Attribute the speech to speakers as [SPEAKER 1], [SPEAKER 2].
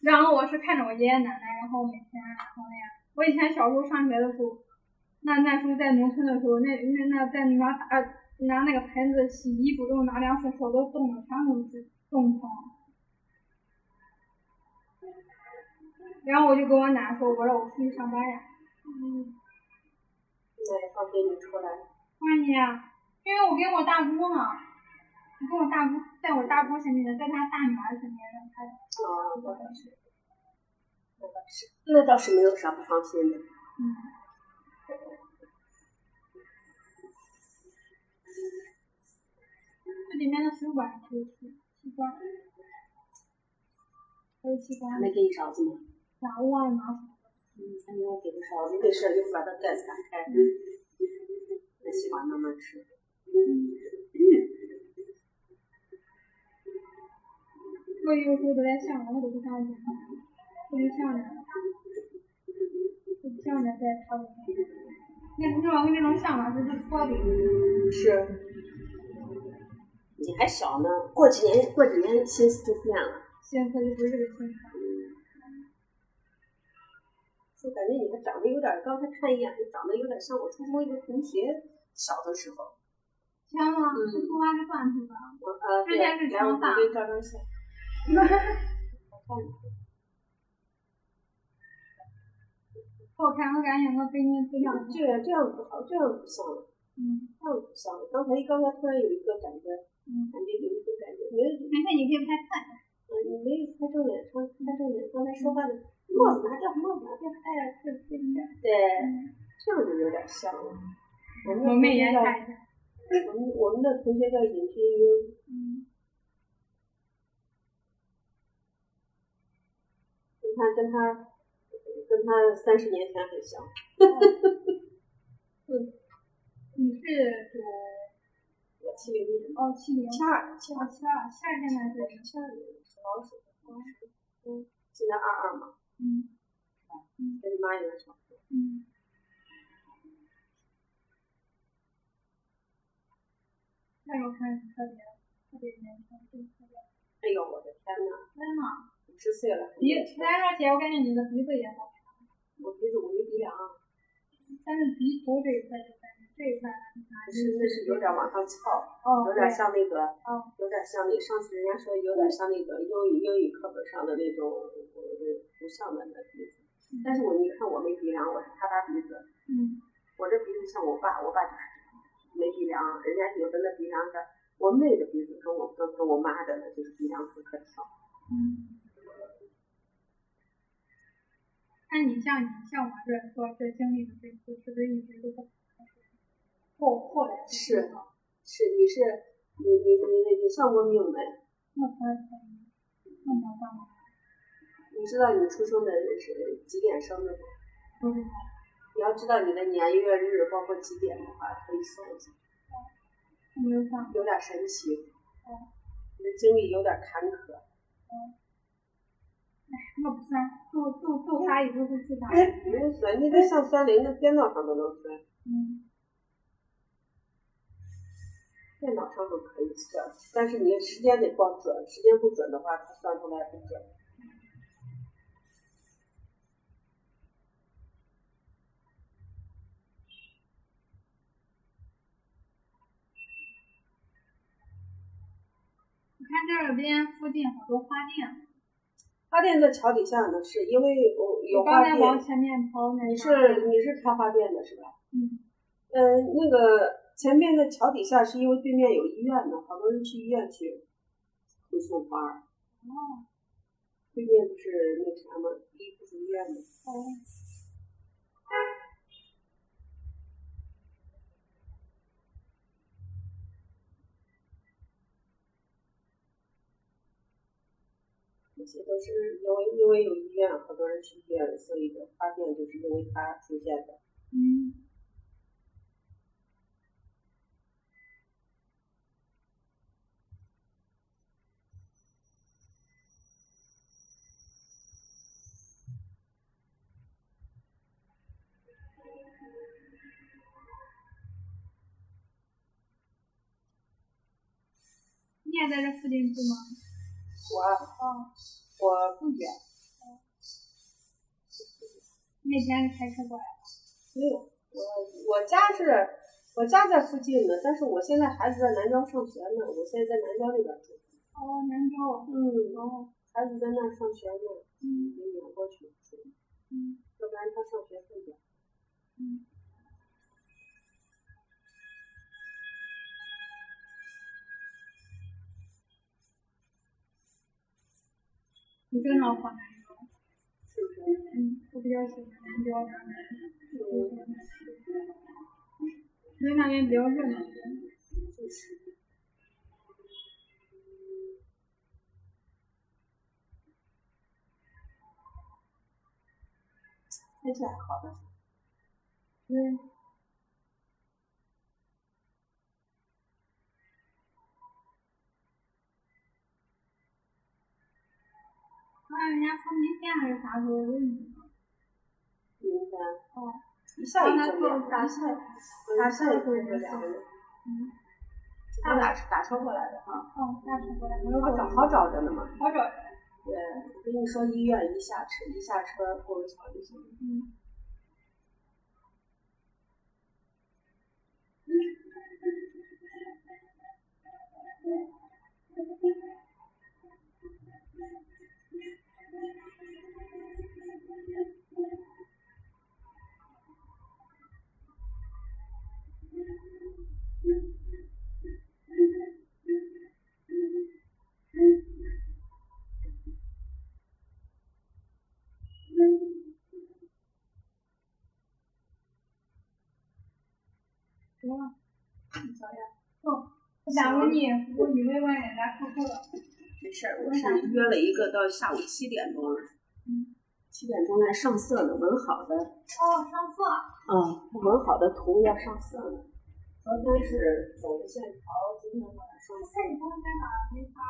[SPEAKER 1] 然后我是看着我爷爷奶奶，然后每天然后那样。我以前小时候上学的时候，那那时候在农村的时候，那那那在拿打拿那个盆子洗衣服，都拿凉水，手都冻的，全都是冻疼。然后我就跟我奶奶说，我说我出去上班呀。
[SPEAKER 2] 嗯。奶放给你出来。
[SPEAKER 1] 为什么呀？因为我跟我大姑呢，我跟我大姑在我大姑身边的，在她大女儿身边的，她
[SPEAKER 2] 啊，那倒是，那倒是，那倒是没有啥不放心的。
[SPEAKER 1] 嗯。这里面的水管可以吃，西瓜，还有西瓜，
[SPEAKER 2] 还没给你勺子吗？
[SPEAKER 1] 啥忘了拿出来。
[SPEAKER 2] 嗯，他没有给个勺子，没事儿，一会儿把它盖子打开。嗯。那西瓜慢慢吃。
[SPEAKER 1] 我有时候都在想，我都不想讲，我就想着，我不想着在他们那那种那种想法是是错的。
[SPEAKER 2] 是。你还小呢，过几年过几年心思就变了。
[SPEAKER 1] 现在就不是这个情况。
[SPEAKER 2] 就感觉你还长得有点儿，刚才看一眼就长得有点像我初中一个同学小的时候。
[SPEAKER 1] 天呐，
[SPEAKER 2] 嗯
[SPEAKER 1] 这头发是短头发，
[SPEAKER 2] 我呃，
[SPEAKER 1] 之前是
[SPEAKER 2] 对来我
[SPEAKER 1] 长发
[SPEAKER 2] 给你照张相。
[SPEAKER 1] 好看，我感觉我跟你不一样。
[SPEAKER 2] 这样这样不好，这样不像了。
[SPEAKER 1] 嗯
[SPEAKER 2] 像不像？刚才刚才突然有一个感觉，
[SPEAKER 1] 嗯，
[SPEAKER 2] 感觉有一个感觉，没有，
[SPEAKER 1] 没事，你可以拍菜。
[SPEAKER 2] 嗯，你没有猜正脸，刚猜正脸，刚才说话的帽子拿掉，帽子拿掉，哎呀，这这这，对，这样就有点像了。我们
[SPEAKER 1] 我
[SPEAKER 2] 的
[SPEAKER 1] 媚眼
[SPEAKER 2] 同学
[SPEAKER 1] 看一下。
[SPEAKER 2] 叫我们我们的同学叫尹君英，
[SPEAKER 1] 嗯，
[SPEAKER 2] 跟他跟他跟他三十年前很像，
[SPEAKER 1] 嗯你是九
[SPEAKER 2] 我七零年，
[SPEAKER 1] 哦七零，
[SPEAKER 2] 七二七
[SPEAKER 1] 哦
[SPEAKER 2] 二
[SPEAKER 1] 七二，夏天的
[SPEAKER 2] 我
[SPEAKER 1] 是
[SPEAKER 2] 是七二年，属老鼠，嗯，现在二二嘛，
[SPEAKER 1] 嗯
[SPEAKER 2] 跟你妈有点像。
[SPEAKER 1] 嗯，那时候看着特别特别年轻，就特别
[SPEAKER 2] 哎呦，我的天呐，
[SPEAKER 1] 真的。
[SPEAKER 2] 五十岁了，
[SPEAKER 1] 鼻，咱说姐，我感觉你的鼻子也好，
[SPEAKER 2] 我鼻子我没鼻梁，啊
[SPEAKER 1] 但是鼻头这一块就感觉这一块还
[SPEAKER 2] 是那是有点往上翘，
[SPEAKER 1] 哦，
[SPEAKER 2] 有点
[SPEAKER 1] 对
[SPEAKER 2] 像那个
[SPEAKER 1] 哦，
[SPEAKER 2] 有点像那上次人家说有点像那个英语英语课本上的那种呃图像的那鼻子，但是我你看我没鼻梁，我是塌塌鼻子，
[SPEAKER 1] 嗯。
[SPEAKER 2] 我这鼻子像我爸，我爸就是没鼻梁，人家有的那鼻梁的，我妹的鼻子跟我跟跟我妈的那就是鼻梁不可调，
[SPEAKER 1] 嗯那你像你像我这说这经历的这次，是不是一直都在后后来才知道？
[SPEAKER 2] 是你是你你你你算过命没？
[SPEAKER 1] 那才那么办吗？
[SPEAKER 2] 你知道你出生的人是几点生的吗？
[SPEAKER 1] 不知道，
[SPEAKER 2] 你要知道你的年月日，包括几点的话，可以算一下，
[SPEAKER 1] 我没有想过。
[SPEAKER 2] 有点神奇。
[SPEAKER 1] 嗯
[SPEAKER 2] 你的经历有点坎坷，
[SPEAKER 1] 那不算，做做做啥也就是自啥。
[SPEAKER 2] 没有酸，你
[SPEAKER 1] 哎
[SPEAKER 2] 这像酸灵的电脑上都能酸，
[SPEAKER 1] 嗯，
[SPEAKER 2] 电脑上都可以算，但是你时间得报准，时间不准的话，它算出来不准。
[SPEAKER 1] 我看这边附近好多花店，
[SPEAKER 2] 花店在桥底下呢，是因为我有
[SPEAKER 1] 我刚
[SPEAKER 2] 花
[SPEAKER 1] 才往
[SPEAKER 2] 店，
[SPEAKER 1] 前面跑，那
[SPEAKER 2] 你
[SPEAKER 1] 啥
[SPEAKER 2] 是你是开花店的是吧？
[SPEAKER 1] 嗯
[SPEAKER 2] 嗯，那个前面的桥底下是因为对面有医院呢，好多人去医院去会送花儿。
[SPEAKER 1] 哦
[SPEAKER 2] 对面不是那啥吗？一附属医院吗？
[SPEAKER 1] 哦，
[SPEAKER 2] 有些都是因为因为有医院，好多人去医院，所以的花店就是因为它出现的。
[SPEAKER 1] 嗯，你也在这附近住吗？
[SPEAKER 2] 我
[SPEAKER 1] 哦
[SPEAKER 2] 我不远，
[SPEAKER 1] 哦，那天开车过来的。
[SPEAKER 2] 没有，我我家是，我家在附近的，但是我现在孩子在南郊上学呢，我现在在南郊那边住。
[SPEAKER 1] 哦，南州。
[SPEAKER 2] 嗯，
[SPEAKER 1] 哦，
[SPEAKER 2] 孩子在那儿上学呢，
[SPEAKER 1] 嗯
[SPEAKER 2] 没撵过去住，
[SPEAKER 1] 嗯
[SPEAKER 2] 要不然他上学费点。
[SPEAKER 1] 嗯。你经常跑南州？
[SPEAKER 2] 是不是？
[SPEAKER 1] 嗯，我比较喜欢南郊那边。
[SPEAKER 2] 嗯，
[SPEAKER 1] 因为那边比较热闹。
[SPEAKER 2] 就是。天气还好的，
[SPEAKER 1] 对。那人家风琴线还是啥时候问你呢？
[SPEAKER 2] 明白。
[SPEAKER 1] 哦，
[SPEAKER 2] 一下
[SPEAKER 1] 刚
[SPEAKER 2] 雨
[SPEAKER 1] 才
[SPEAKER 2] 就
[SPEAKER 1] 做
[SPEAKER 2] 凉，
[SPEAKER 1] 打
[SPEAKER 2] 一下雨，
[SPEAKER 1] 打
[SPEAKER 2] 一下雨
[SPEAKER 1] 车的时候
[SPEAKER 2] 就
[SPEAKER 1] 就
[SPEAKER 2] 凉
[SPEAKER 1] 是
[SPEAKER 2] 了。
[SPEAKER 1] 嗯，
[SPEAKER 2] 他打车打车过来的哈，
[SPEAKER 1] 哦，下次过来，我又
[SPEAKER 2] 好
[SPEAKER 1] 找
[SPEAKER 2] 找好找着呢嘛。
[SPEAKER 1] 好找人。
[SPEAKER 2] 对，我跟你说，医院一下车一下车，过路桥就行了。
[SPEAKER 1] 嗯。行了，
[SPEAKER 2] 你瞧呀，
[SPEAKER 1] 哦，我耽误你，我以为我也来扣扣了。
[SPEAKER 2] 没事儿，我是约了一个到下午七点钟了。啊
[SPEAKER 1] 嗯。
[SPEAKER 2] 七点钟来上色的，纹好的，
[SPEAKER 1] 哦，上色。
[SPEAKER 2] 嗯，纹好的图要上色的。昨天是走的线条，今天我来上色。
[SPEAKER 1] 那你不会该把那啥